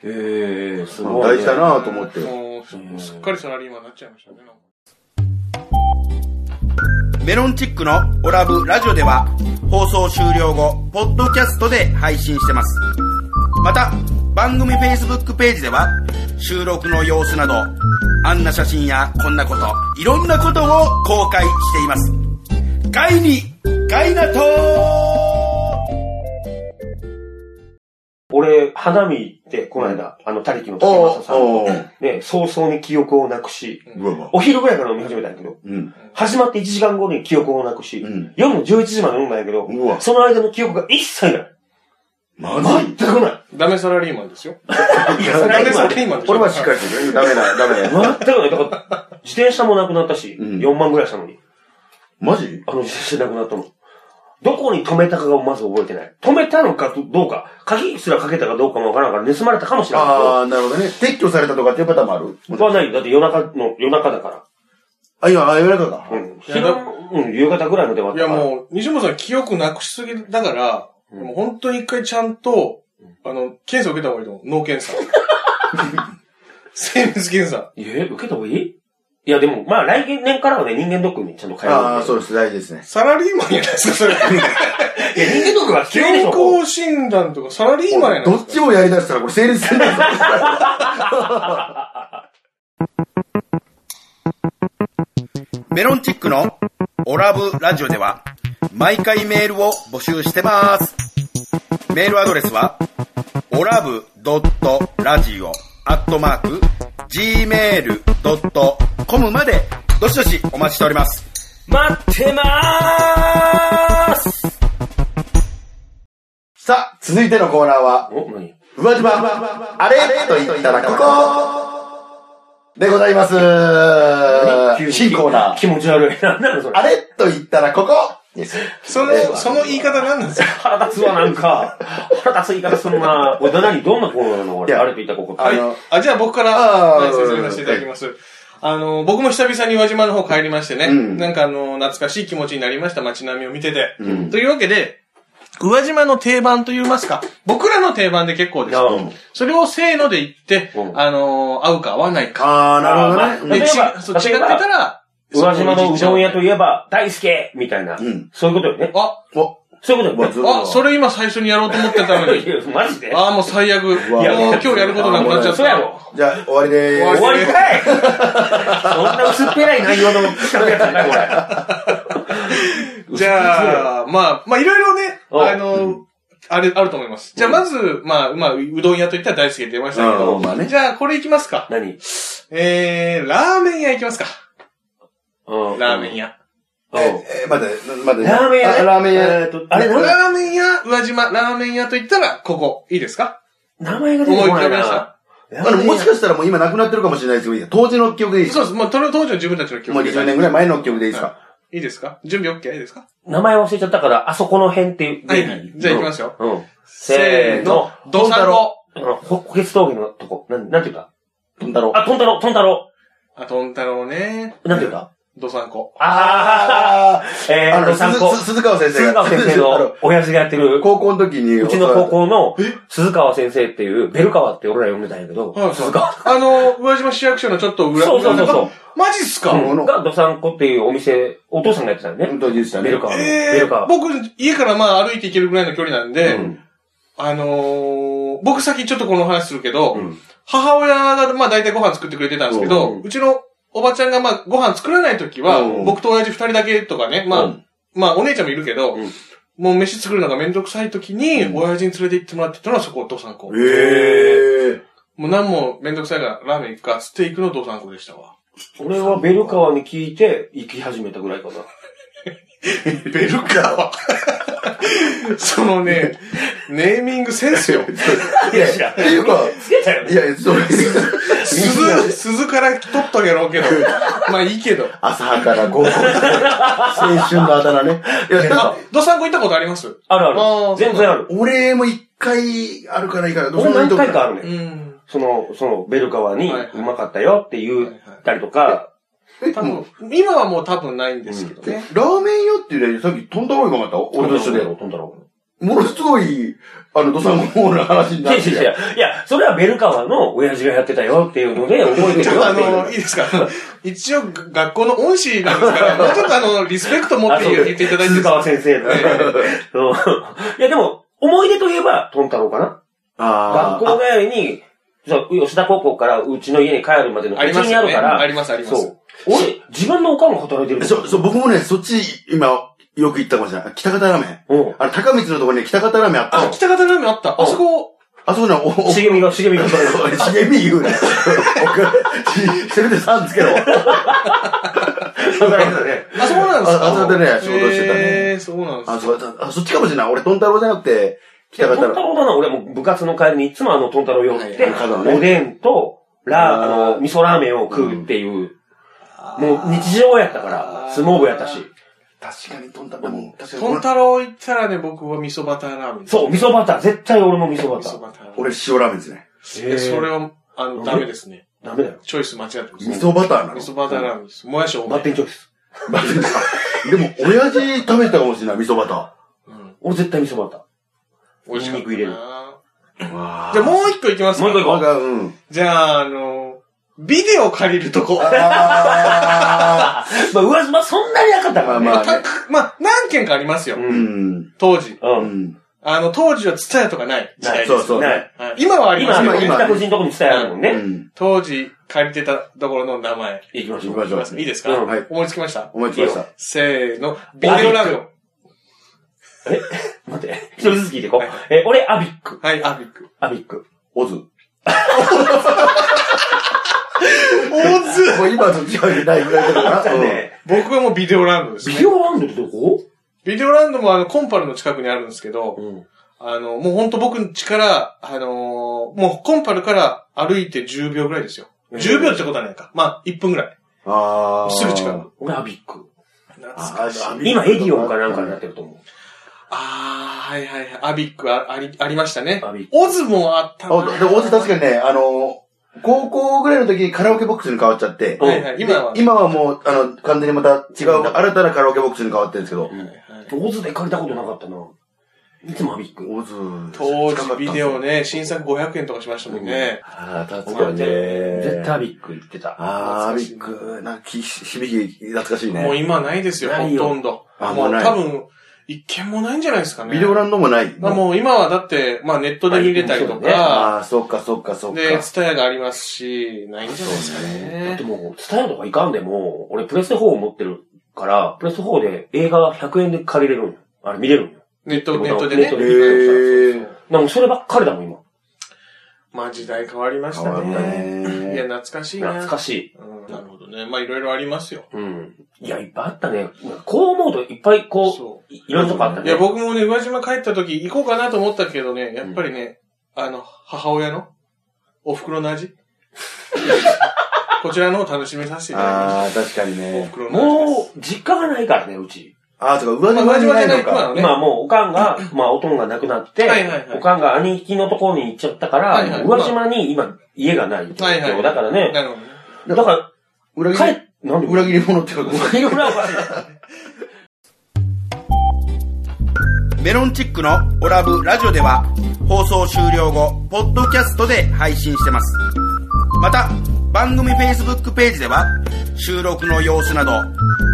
[SPEAKER 1] ええ、す
[SPEAKER 2] まあ大事だなと思って。
[SPEAKER 3] もう、すっかりサラリーマンになっちゃいましたね。なんか
[SPEAKER 4] メロンチックのオラブラジオでは放送終了後、ポッドキャストで配信してます。また、番組 Facebook ページでは収録の様子など、あんな写真やこんなこと、いろんなことを公開しています。ガイに、ガイナトー
[SPEAKER 1] 俺俺、花見って、この間、あの、他力の竹正さん、
[SPEAKER 2] おー
[SPEAKER 1] ね、早々に記憶をなくし、
[SPEAKER 2] うわうわ。
[SPEAKER 1] お昼ぐらいから飲み始めたんやけど、
[SPEAKER 2] うん。
[SPEAKER 1] 始まって1時間後に記憶をなくし、
[SPEAKER 2] うん
[SPEAKER 1] 夜の11時まで飲んだんやけど
[SPEAKER 2] う、わ
[SPEAKER 1] その間の記憶が一切ない。
[SPEAKER 2] マ
[SPEAKER 1] 全
[SPEAKER 2] ジ
[SPEAKER 1] くない。
[SPEAKER 3] ダメサラリーマンですよ。
[SPEAKER 2] いや
[SPEAKER 1] それは今
[SPEAKER 3] ね今でしょ
[SPEAKER 2] 俺はしっかりしてるよ。ダメだ、ダメ
[SPEAKER 1] 全
[SPEAKER 2] だ。
[SPEAKER 1] くない。だから、自転車もなくなったし、
[SPEAKER 2] うん
[SPEAKER 1] 4万ぐらいしたのに、
[SPEAKER 2] マジ
[SPEAKER 1] あの自転車なくなったの。どこに止めたかがまず覚えてない。止めたのかどうか、鍵すらかけたかどうかもわからんから、盗まれたかもしれないけど
[SPEAKER 2] ああ、なるほどね。撤去されたとかっていうパターンもある
[SPEAKER 1] 僕はない。だって夜中の、夜中だか。
[SPEAKER 2] あ、今、あ、言われたから
[SPEAKER 1] うん。
[SPEAKER 3] いや
[SPEAKER 1] 昼
[SPEAKER 3] だ
[SPEAKER 1] うん、夕方ぐらいまで終わっ
[SPEAKER 3] い
[SPEAKER 1] た
[SPEAKER 3] や
[SPEAKER 1] から。
[SPEAKER 3] もう、西本さん記憶なくしすぎだから、
[SPEAKER 1] うん
[SPEAKER 3] もう本当に一回ちゃんと、あの、検査受けた方がいいと思う。脳検査。 精密検査。
[SPEAKER 1] え、受けた方がいいいや、でも、まあ、来年からはね、人間ドックにちゃんと通う。
[SPEAKER 2] ああ、そうです。大事ですね。
[SPEAKER 3] サラリーマンじゃないですか、それ。
[SPEAKER 1] いや、人間ドックが必要でし
[SPEAKER 3] 健
[SPEAKER 1] ょ。
[SPEAKER 3] 康診断とかサラリーマンやない
[SPEAKER 2] ど
[SPEAKER 3] です
[SPEAKER 2] っ
[SPEAKER 3] か。
[SPEAKER 2] ちもやりだしたらこれ成立するんだ ぞ。
[SPEAKER 4] メロンチックのオラブラジオでは毎回メールを募集してます。メールアドレスはオラブドットラジオアットマーク gmail.com までどしどしお待ちしております。
[SPEAKER 1] 待ってまーす
[SPEAKER 2] さあ、続いてのコーナーは、
[SPEAKER 1] お、何
[SPEAKER 2] 宇和島、あれと言ったらここでございます
[SPEAKER 1] 急。に
[SPEAKER 2] 新コーナー。
[SPEAKER 1] 気持ち悪い。 なんなのそれ。
[SPEAKER 2] あれと言ったらここです。
[SPEAKER 3] そ
[SPEAKER 2] えー
[SPEAKER 3] の、その言い方何なんですか
[SPEAKER 1] 腹立つわ、なんか。腹立つ言い方するな俺、何どんなコーナーなの
[SPEAKER 2] い
[SPEAKER 1] 俺、
[SPEAKER 2] や
[SPEAKER 1] あれと言ったらここ
[SPEAKER 2] あ
[SPEAKER 1] っ
[SPEAKER 2] れ
[SPEAKER 1] て。
[SPEAKER 2] の
[SPEAKER 3] あ、じゃあ僕か
[SPEAKER 2] あ
[SPEAKER 3] ら、
[SPEAKER 2] ー
[SPEAKER 3] はい説明させていただきます。あの、僕も久々に輪島の方帰りましてね、
[SPEAKER 2] うん
[SPEAKER 3] なんかあの、懐かしい気持ちになりました、街並みを見てて。
[SPEAKER 2] ん
[SPEAKER 3] というわけで、宇和島の定番と言いますか、僕らの定番で結構です。
[SPEAKER 1] なあ
[SPEAKER 3] それをせーので言って、
[SPEAKER 1] うん
[SPEAKER 3] あのー合うか合わないか。
[SPEAKER 2] ああ、
[SPEAKER 1] な
[SPEAKER 2] な
[SPEAKER 1] るほど
[SPEAKER 2] るほど
[SPEAKER 1] ね例
[SPEAKER 2] ね。
[SPEAKER 3] で、
[SPEAKER 1] え
[SPEAKER 3] ち
[SPEAKER 1] ば
[SPEAKER 3] そう違ってたら、
[SPEAKER 1] 宇和島のうどん屋と
[SPEAKER 3] う。
[SPEAKER 1] いえば、大輔みたいな。
[SPEAKER 2] ん
[SPEAKER 1] そういうことよね。
[SPEAKER 3] あ、
[SPEAKER 2] お、
[SPEAKER 1] そういうことよね。
[SPEAKER 3] あ、それ今最初にやろうと思ってたの
[SPEAKER 1] い
[SPEAKER 3] に。
[SPEAKER 1] やマジで
[SPEAKER 3] ああ、もう最悪。もう
[SPEAKER 2] わ
[SPEAKER 3] 今日やることなくなっちゃった。
[SPEAKER 1] そうやろ。
[SPEAKER 2] じゃあ、終わりでー
[SPEAKER 1] 終
[SPEAKER 2] す。
[SPEAKER 1] わりかいそんな薄っぺらい内容の企画やったんだ、これ。
[SPEAKER 3] じゃあ、まあ、まあいろいろね、
[SPEAKER 1] お
[SPEAKER 3] あの、あれ、あると思います。じゃあまず、まあ、まあ、うどん屋といったら大好きで出ましたけ
[SPEAKER 2] う
[SPEAKER 3] ど
[SPEAKER 2] んまあ、ね
[SPEAKER 3] じゃあこれいきますか。
[SPEAKER 1] 何
[SPEAKER 3] えー、ラーメン屋いきますか。ラーメン
[SPEAKER 1] 屋。うん
[SPEAKER 3] 屋。
[SPEAKER 2] えー、まだ、まだ。
[SPEAKER 1] ラーメン屋ね
[SPEAKER 2] あラーメン屋。
[SPEAKER 1] えーとあれなんだ
[SPEAKER 3] ラーメン屋、宇和島、ラーメン屋といったら、ここ、いいですか
[SPEAKER 1] 名前が出てこないな。
[SPEAKER 2] あの、もしかしたらもう今なくなってるかもしれないですけど、当時の記憶でいいです
[SPEAKER 3] そうです。もう、とりあえず当時の自分たちの記
[SPEAKER 2] かもう
[SPEAKER 3] 憶で
[SPEAKER 2] 20年ぐらい前の記憶でいいですか
[SPEAKER 3] いいですか準備 OK? いいですか
[SPEAKER 1] 名前忘れちゃったから、あそこの辺っていう。
[SPEAKER 3] はいはい。じゃあ行きますよ。
[SPEAKER 1] うん。せーの。、
[SPEAKER 3] ドサロ。
[SPEAKER 1] あの、ほ、虎穴峠のとこ。なん、なんて言う
[SPEAKER 2] トンタロ
[SPEAKER 1] たあ、トンタロウ、トンタロ
[SPEAKER 3] あ、トンタロウね。
[SPEAKER 1] ウ。なんて言うた
[SPEAKER 3] ドサンコ。
[SPEAKER 1] あ
[SPEAKER 2] あ
[SPEAKER 1] ー、え
[SPEAKER 2] ー
[SPEAKER 1] ー
[SPEAKER 2] あ
[SPEAKER 1] と、
[SPEAKER 2] の、
[SPEAKER 1] 参
[SPEAKER 2] 鈴
[SPEAKER 1] 考。
[SPEAKER 2] 鈴鈴川先生
[SPEAKER 1] 鈴
[SPEAKER 2] が。
[SPEAKER 1] 川先生
[SPEAKER 2] あの
[SPEAKER 1] の親父がやってる、
[SPEAKER 2] 高校の時に。
[SPEAKER 1] うちの高校の
[SPEAKER 3] え
[SPEAKER 1] 鈴川先生っていう、ベル川って俺ら呼んでたんやけど、鈴川。
[SPEAKER 3] あの、宇和島市役所のちょっと裏
[SPEAKER 1] そうそうそうそう。
[SPEAKER 3] マジっすか
[SPEAKER 2] うん
[SPEAKER 1] うんが、ドサンコっていうお店、お父さんがやってたよね
[SPEAKER 2] 本。当に言ってたね。
[SPEAKER 1] ベルカーベ
[SPEAKER 3] え
[SPEAKER 1] ルカ
[SPEAKER 3] ー、
[SPEAKER 1] ー。
[SPEAKER 3] 僕、家からまあ歩いて行けるぐらいの距離なん
[SPEAKER 1] う
[SPEAKER 3] で、
[SPEAKER 1] ん
[SPEAKER 3] あのー、僕先ちょっとこの話するけど
[SPEAKER 1] う、ん
[SPEAKER 3] 母親がまあ大体ご飯作ってくれてたんですけ
[SPEAKER 1] う
[SPEAKER 3] ど
[SPEAKER 1] ん、
[SPEAKER 3] うちのおばちゃんがまあご飯作らない時は
[SPEAKER 2] う、ん
[SPEAKER 3] 僕と親父二人だけとかね、ま
[SPEAKER 2] う
[SPEAKER 3] あ
[SPEAKER 2] ん、
[SPEAKER 3] まあお姉ちゃんもいるけど
[SPEAKER 1] うん、
[SPEAKER 3] もう飯作るのがめんどくさい時に、親父に連れて行ってもらってたのはそこ、ドサンコ。も
[SPEAKER 2] ええ。
[SPEAKER 3] う何もめんどくさいからラーメン行くか、つって行くのドサンコでしたわ。
[SPEAKER 1] 俺はベル川に聞いて行き始めたぐらいかな。
[SPEAKER 3] ベルカー そのね、ネーミングセンスよ。
[SPEAKER 1] いや、知らん。
[SPEAKER 2] っていうか、
[SPEAKER 1] つけちゃうよ
[SPEAKER 2] い。や、そう
[SPEAKER 3] 鈴、鈴から取っとけろうけど。 まあいいけど。
[SPEAKER 2] 浅はかな高校青春のあだ名ね。いや、
[SPEAKER 3] あ、ドサンコ行ったことあります
[SPEAKER 1] あるあ
[SPEAKER 3] あ
[SPEAKER 1] る。
[SPEAKER 3] ー
[SPEAKER 1] 全然ある。
[SPEAKER 2] 俺も一回あるかないかな。
[SPEAKER 1] 俺何回かあ
[SPEAKER 2] る。
[SPEAKER 1] る
[SPEAKER 3] う
[SPEAKER 1] ね。
[SPEAKER 3] ん。
[SPEAKER 1] その、その、ベル川に
[SPEAKER 3] はいはいう
[SPEAKER 1] まかったよって言ったりとか、
[SPEAKER 3] 多分、今はもう多分ないんですけど
[SPEAKER 2] えラ
[SPEAKER 3] ね。
[SPEAKER 2] ーメン屋っていうね、さっき飛んだろうがまた俺と一緒で。
[SPEAKER 1] 飛んだろう。
[SPEAKER 2] ものすごい、あの、土佐の方の話に
[SPEAKER 1] い
[SPEAKER 2] な
[SPEAKER 1] や
[SPEAKER 2] っ
[SPEAKER 1] い
[SPEAKER 2] て。
[SPEAKER 1] やいや、いや、それはベル川の親父がやってたよっていうので覚えて
[SPEAKER 3] ちょ
[SPEAKER 1] る
[SPEAKER 3] っ
[SPEAKER 1] よ
[SPEAKER 3] とあ
[SPEAKER 1] っていう。
[SPEAKER 3] の、いいですか一応学校の恩師なんですから、もうちょっとあの、リスペクト持って
[SPEAKER 1] あそう
[SPEAKER 3] 言っていただいてい
[SPEAKER 1] 鈴
[SPEAKER 3] いですか
[SPEAKER 1] 川先生の。うんいや、でも、思い出といえば、トンタロウかな。
[SPEAKER 2] あ
[SPEAKER 1] 学校帰りに、そう吉田高校からうちの家に帰るまでの
[SPEAKER 3] あり
[SPEAKER 1] 途中
[SPEAKER 3] ます
[SPEAKER 1] にあ
[SPEAKER 3] よ
[SPEAKER 1] る
[SPEAKER 3] ね。
[SPEAKER 1] か
[SPEAKER 3] あ
[SPEAKER 1] ら、
[SPEAKER 3] ります、ありま
[SPEAKER 1] そ
[SPEAKER 3] す
[SPEAKER 1] う。。俺、自分のおかんが働いてる。
[SPEAKER 2] あ。そう、そう、僕もね、そっち、今、よく行ったかもしれない。北方ラーメン。
[SPEAKER 1] うん。
[SPEAKER 2] あの、高道のところに北方ラーメンあった
[SPEAKER 3] あ、
[SPEAKER 2] の。
[SPEAKER 3] 北方ラーメンあった。あそこ、
[SPEAKER 2] あそこにはお、お、
[SPEAKER 1] 茂みが、茂みが。
[SPEAKER 2] 茂み言うね。おせめてさんつけろ。働いてたね。
[SPEAKER 3] あ、そうなんですか
[SPEAKER 2] ああそこでね仕事してたね
[SPEAKER 3] えー、そうなんです
[SPEAKER 2] あ、
[SPEAKER 3] か。
[SPEAKER 2] そうだあそっちかもしれない。俺、トンタロウじゃなくて、
[SPEAKER 1] いや、
[SPEAKER 2] 北
[SPEAKER 1] トンタロ
[SPEAKER 2] 方の。
[SPEAKER 1] ウだな、俺もう部活の帰りにいつもあのトンタロウ用着て、
[SPEAKER 2] はいはいはい
[SPEAKER 1] おでんと、ラー、
[SPEAKER 2] あ
[SPEAKER 1] あ
[SPEAKER 2] ー
[SPEAKER 1] の、味噌ラーメンを食うっていう、もう日常やったから、相撲部やったし。
[SPEAKER 2] 確かにトンタロウ。うん確かに
[SPEAKER 3] トン太郎行ったらね、僕は味噌バターラーメン。
[SPEAKER 1] そう、味噌バター。絶対俺も味噌バ
[SPEAKER 3] 味
[SPEAKER 1] タ
[SPEAKER 3] 噌
[SPEAKER 1] ー。
[SPEAKER 3] バターラーメン。
[SPEAKER 2] 俺、塩ラーメンですね。
[SPEAKER 1] へー
[SPEAKER 3] え、それは、あの、ダメですね。
[SPEAKER 1] ダメだよ。
[SPEAKER 3] チョイス間違ってます。
[SPEAKER 2] 味噌バターなの。
[SPEAKER 3] 味噌バターラーメンです。もやし多
[SPEAKER 1] バッテ
[SPEAKER 3] め。
[SPEAKER 1] ンチョイス。
[SPEAKER 2] バタ ー。でも、親父食べたかもしれない、味噌バタ
[SPEAKER 3] うん。
[SPEAKER 1] 俺絶対味噌バタ
[SPEAKER 3] 美味しかっ
[SPEAKER 1] ニンニク入れる
[SPEAKER 3] た
[SPEAKER 2] ー。わ
[SPEAKER 3] な。じゃあもう一個いきますか。
[SPEAKER 1] もう一個行こ
[SPEAKER 2] が、 うん。
[SPEAKER 3] じゃあ、あの、ビデオ借りるとこ。
[SPEAKER 2] あ
[SPEAKER 1] ー。まあ、上島そんなになかった
[SPEAKER 2] ー
[SPEAKER 1] か
[SPEAKER 2] ま
[SPEAKER 1] ら
[SPEAKER 2] あ
[SPEAKER 1] ね。
[SPEAKER 2] まあね。
[SPEAKER 3] まあ、何件かありますよ
[SPEAKER 1] う。。
[SPEAKER 2] うんん。
[SPEAKER 3] 当時。
[SPEAKER 1] う。
[SPEAKER 2] うんん。
[SPEAKER 3] あの、当時はツタヤとかない時代です。
[SPEAKER 2] そうそう。
[SPEAKER 1] ね
[SPEAKER 3] はい今はありま
[SPEAKER 1] 今、
[SPEAKER 3] すけ
[SPEAKER 1] 今、
[SPEAKER 3] ど、
[SPEAKER 2] 今
[SPEAKER 1] 北口のとこに伝えあるもん
[SPEAKER 2] う
[SPEAKER 1] ね。
[SPEAKER 2] ん。
[SPEAKER 3] 当時借りてたところの名前。
[SPEAKER 1] 行きましょ
[SPEAKER 2] 行
[SPEAKER 1] う
[SPEAKER 2] き。ましょ。
[SPEAKER 3] いいうですか、
[SPEAKER 1] うん
[SPEAKER 2] はい
[SPEAKER 3] 思いつきました
[SPEAKER 2] 思いつきました。
[SPEAKER 3] せーの、ビデオランド。
[SPEAKER 1] え待って、一人ずつ聞いていこう
[SPEAKER 3] はい。
[SPEAKER 1] え、俺、アビック。
[SPEAKER 3] はい、アビック。
[SPEAKER 1] アビック。
[SPEAKER 2] オズ。
[SPEAKER 3] おず
[SPEAKER 2] もう今と違うないぐらいだからな。うん
[SPEAKER 1] ね
[SPEAKER 3] 僕はもうビデオランドです
[SPEAKER 1] ビ
[SPEAKER 3] ね
[SPEAKER 1] デ。オランドってどこ
[SPEAKER 3] ビデオランドもあの、コンパルの近くにあるんですけど、
[SPEAKER 1] うん。
[SPEAKER 3] あの、もうほんと僕の家から、あのーもうコンパルから歩いて10秒ぐらいですよ。10秒ってことはないか。まあ、1分ぐらい。
[SPEAKER 2] あー
[SPEAKER 3] すぐ近く。
[SPEAKER 1] 俺、アビック。
[SPEAKER 3] 懐
[SPEAKER 2] あ
[SPEAKER 3] かしい。
[SPEAKER 2] ー
[SPEAKER 1] 今、エディオンかなんかになってると思う。
[SPEAKER 3] あー、はいはいはい。アビックああり、ありましたね
[SPEAKER 1] アビッ。ク
[SPEAKER 3] オズもあったな
[SPEAKER 2] あでオズ確かにね、あの、高校ぐらいの時にカラオケボックスに変わっちゃって、
[SPEAKER 3] はいはい、今は、
[SPEAKER 2] 今はもう、あの、完全にまた違
[SPEAKER 1] う
[SPEAKER 2] う、
[SPEAKER 1] ん
[SPEAKER 2] 新たなカラオケボックスに変わってるんですけど、
[SPEAKER 3] はい
[SPEAKER 1] オズで借りたことなかったな。いつもアビック。
[SPEAKER 2] オズ。
[SPEAKER 3] 当時ビデオね、新作500円とかしましたもんね。
[SPEAKER 2] ああ、確
[SPEAKER 1] 俺
[SPEAKER 2] か
[SPEAKER 1] は
[SPEAKER 2] に
[SPEAKER 1] ね
[SPEAKER 2] ね。
[SPEAKER 1] 絶対アビック行ってた。
[SPEAKER 2] ああ、ビッグ、なんか、き響き、懐かしい
[SPEAKER 3] もう
[SPEAKER 2] ね。
[SPEAKER 3] 今ないですよ、
[SPEAKER 1] な
[SPEAKER 3] ほ
[SPEAKER 1] いよ
[SPEAKER 3] とんど。
[SPEAKER 2] あ
[SPEAKER 3] も
[SPEAKER 2] も
[SPEAKER 3] う
[SPEAKER 2] うない
[SPEAKER 3] 多分、一件もないんじゃないですかね。
[SPEAKER 2] ビデオランドもない。
[SPEAKER 3] まあもう今はだって、まあネットで見れたりとか、
[SPEAKER 2] ああ、そっかそっかそっか。
[SPEAKER 3] で、ツタヤがありますし、ないんじゃないですか
[SPEAKER 1] だっ
[SPEAKER 3] ね
[SPEAKER 1] て。もう、ツタヤとか行かんでも、俺プレステ4を持ってるから、プレステ4で映画100円で借りれるんよ。あれ見れるんよ。
[SPEAKER 3] ネット、
[SPEAKER 1] で
[SPEAKER 3] ネッ
[SPEAKER 1] も
[SPEAKER 3] トで
[SPEAKER 1] ネッ
[SPEAKER 3] ね
[SPEAKER 1] ト。で
[SPEAKER 2] へえ。
[SPEAKER 1] なんかそればっかりだもん、今。
[SPEAKER 3] まあ時代変わりまし
[SPEAKER 2] 変
[SPEAKER 3] た
[SPEAKER 2] わった
[SPEAKER 3] ね。いや、
[SPEAKER 2] ね。
[SPEAKER 3] 懐かしいな。
[SPEAKER 1] 懐かしい。
[SPEAKER 3] うんなるほどね。まあいろいろありますよ。
[SPEAKER 1] うん。いや、いっぱいあったね。こう思うといっぱいこ、
[SPEAKER 3] そう
[SPEAKER 1] いいろんなとこあった
[SPEAKER 3] う。
[SPEAKER 1] ね。
[SPEAKER 3] いや、僕もね、宇和島帰った時行こうかなと思ったけどね、やっぱりね、あの、母親の、お袋の味こちらの方を楽しみさせていただきました。
[SPEAKER 2] ああ、確かに
[SPEAKER 3] お
[SPEAKER 2] ね。
[SPEAKER 3] 袋の味
[SPEAKER 1] もう、実家がないからね、うち。
[SPEAKER 2] ああ、そうか、上
[SPEAKER 3] です。
[SPEAKER 2] 島
[SPEAKER 3] まあ、
[SPEAKER 2] に
[SPEAKER 3] 宇和島じ
[SPEAKER 2] な
[SPEAKER 3] ゃ
[SPEAKER 2] い
[SPEAKER 3] な
[SPEAKER 2] の
[SPEAKER 3] い今
[SPEAKER 2] か。
[SPEAKER 3] はね。
[SPEAKER 1] まあもう、おかんが、まあ、おとんが亡くなって、
[SPEAKER 3] はいはいはい
[SPEAKER 1] おかんが兄貴のところに行っちゃったから、
[SPEAKER 3] はいはい
[SPEAKER 1] 宇和島に今、家がないって
[SPEAKER 3] はいはい
[SPEAKER 1] だからね、
[SPEAKER 3] なるほどね。
[SPEAKER 1] だか
[SPEAKER 2] 裏
[SPEAKER 1] ら、
[SPEAKER 2] 切
[SPEAKER 1] 帰
[SPEAKER 2] り
[SPEAKER 1] っ、なんで
[SPEAKER 2] 裏切り者ってこと
[SPEAKER 1] 裏切り裏はおかしいな
[SPEAKER 4] メロンチックのオラブラジオでは放送終了後、ポッドキャストで配信してます。また、番組 Facebook ページでは収録の様子など、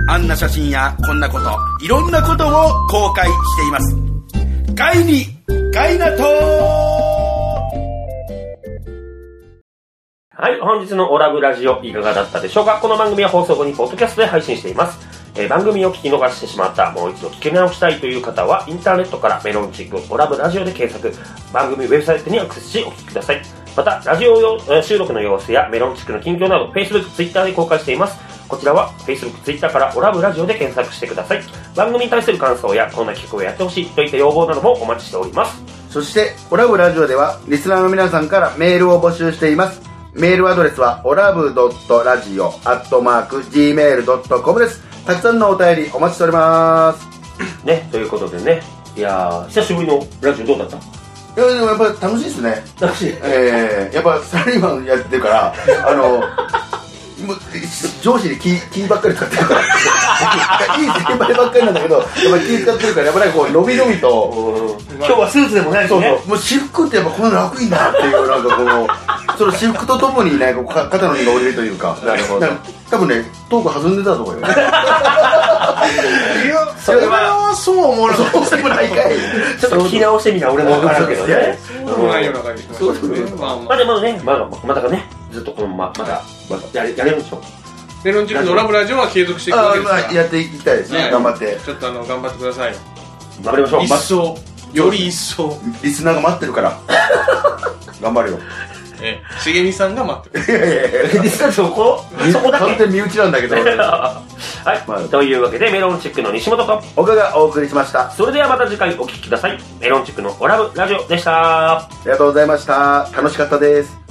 [SPEAKER 4] あんな写真やこんなこと、いろんなことを公開しています。ガイに、ガイナトー
[SPEAKER 1] はい、本日のオラブラジオいかがだったでしょうかこの番組は放送後にポッドキャストで配信しています。えー番組を聞き逃してしまった、もう一度聞き直したいという方は、インターネットからメロンチックオラブラジオで検索、番組ウェブサイトにアクセスしお聞きください。また、ラジオ用えー収録の様子やメロンチックの近況など、Facebook、Twitter で公開しています。こちらは Facebook、Twitter からオラブラジオで検索してください。番組に対する感想や、こんな企画をやってほしいといった要望などもお待ちしております。
[SPEAKER 2] そして、オラブラジオでは、リスナーの皆さんからメールを募集しています。メールアドレスは、オラブドットラジオアットマーク Gmail.com です。たくさんのお便りお待ちしております。
[SPEAKER 1] ね、ということでね、いやー、久しぶりのラジオどうだった
[SPEAKER 2] いや、でもやっぱり楽しいですね。
[SPEAKER 1] 楽しい。
[SPEAKER 2] えー、やっぱサラリーマンやってるから、 あの、もう上司に気気ばっかり使ってるから いい先輩ばっかりなんだけどやっぱ気使ってるからやっぱりこう伸び伸びと
[SPEAKER 1] 今日はスーツでもないし
[SPEAKER 2] そう
[SPEAKER 1] ね
[SPEAKER 2] そう、もう私服ってやっぱこんな楽いんだっていう、なんかこの、その私服とともにね、こうか肩の荷が下りるというか、なるほど。多分ね、トーク弾んでたと思うよ。
[SPEAKER 3] いや、
[SPEAKER 2] そ
[SPEAKER 3] そ
[SPEAKER 2] れ
[SPEAKER 3] れ
[SPEAKER 2] は
[SPEAKER 3] はそうは思わなかった
[SPEAKER 2] そうでもないかい。
[SPEAKER 1] ちょっと聞き直してみたら俺も分からんけどね。
[SPEAKER 3] そうもないような感じしましたけどね。まあま
[SPEAKER 1] ま
[SPEAKER 3] あ。
[SPEAKER 1] だまだね、まだまだね、ずっとこのまま、まだ、まだやれ、やれるんでしょ
[SPEAKER 3] メロンチックのラブラジオは継続していくわ
[SPEAKER 2] あ
[SPEAKER 3] け
[SPEAKER 2] ー
[SPEAKER 3] ですか
[SPEAKER 2] まあ、
[SPEAKER 3] ら。
[SPEAKER 2] やっていきたいですね、
[SPEAKER 3] ね
[SPEAKER 2] 頑張って。
[SPEAKER 3] ちょっとあの、頑張ってくださいよ。
[SPEAKER 1] 頑張りましょう。
[SPEAKER 3] 一層、より一層、
[SPEAKER 2] リスナーが待ってるから。頑張るよ。
[SPEAKER 3] えー、しげみさんが待ってる。
[SPEAKER 2] いやいやいや。
[SPEAKER 1] 実はそこそこだ
[SPEAKER 2] 完
[SPEAKER 1] け
[SPEAKER 2] 全身内なん だけど、俺
[SPEAKER 1] はい、
[SPEAKER 2] まあ
[SPEAKER 1] というわけでメロンチックの西本か
[SPEAKER 2] 岡がお送りしました。あ
[SPEAKER 1] それではまた次回お聴きくださいメロンチックのオラブラジオでした
[SPEAKER 2] りがとうございました。楽しかったです。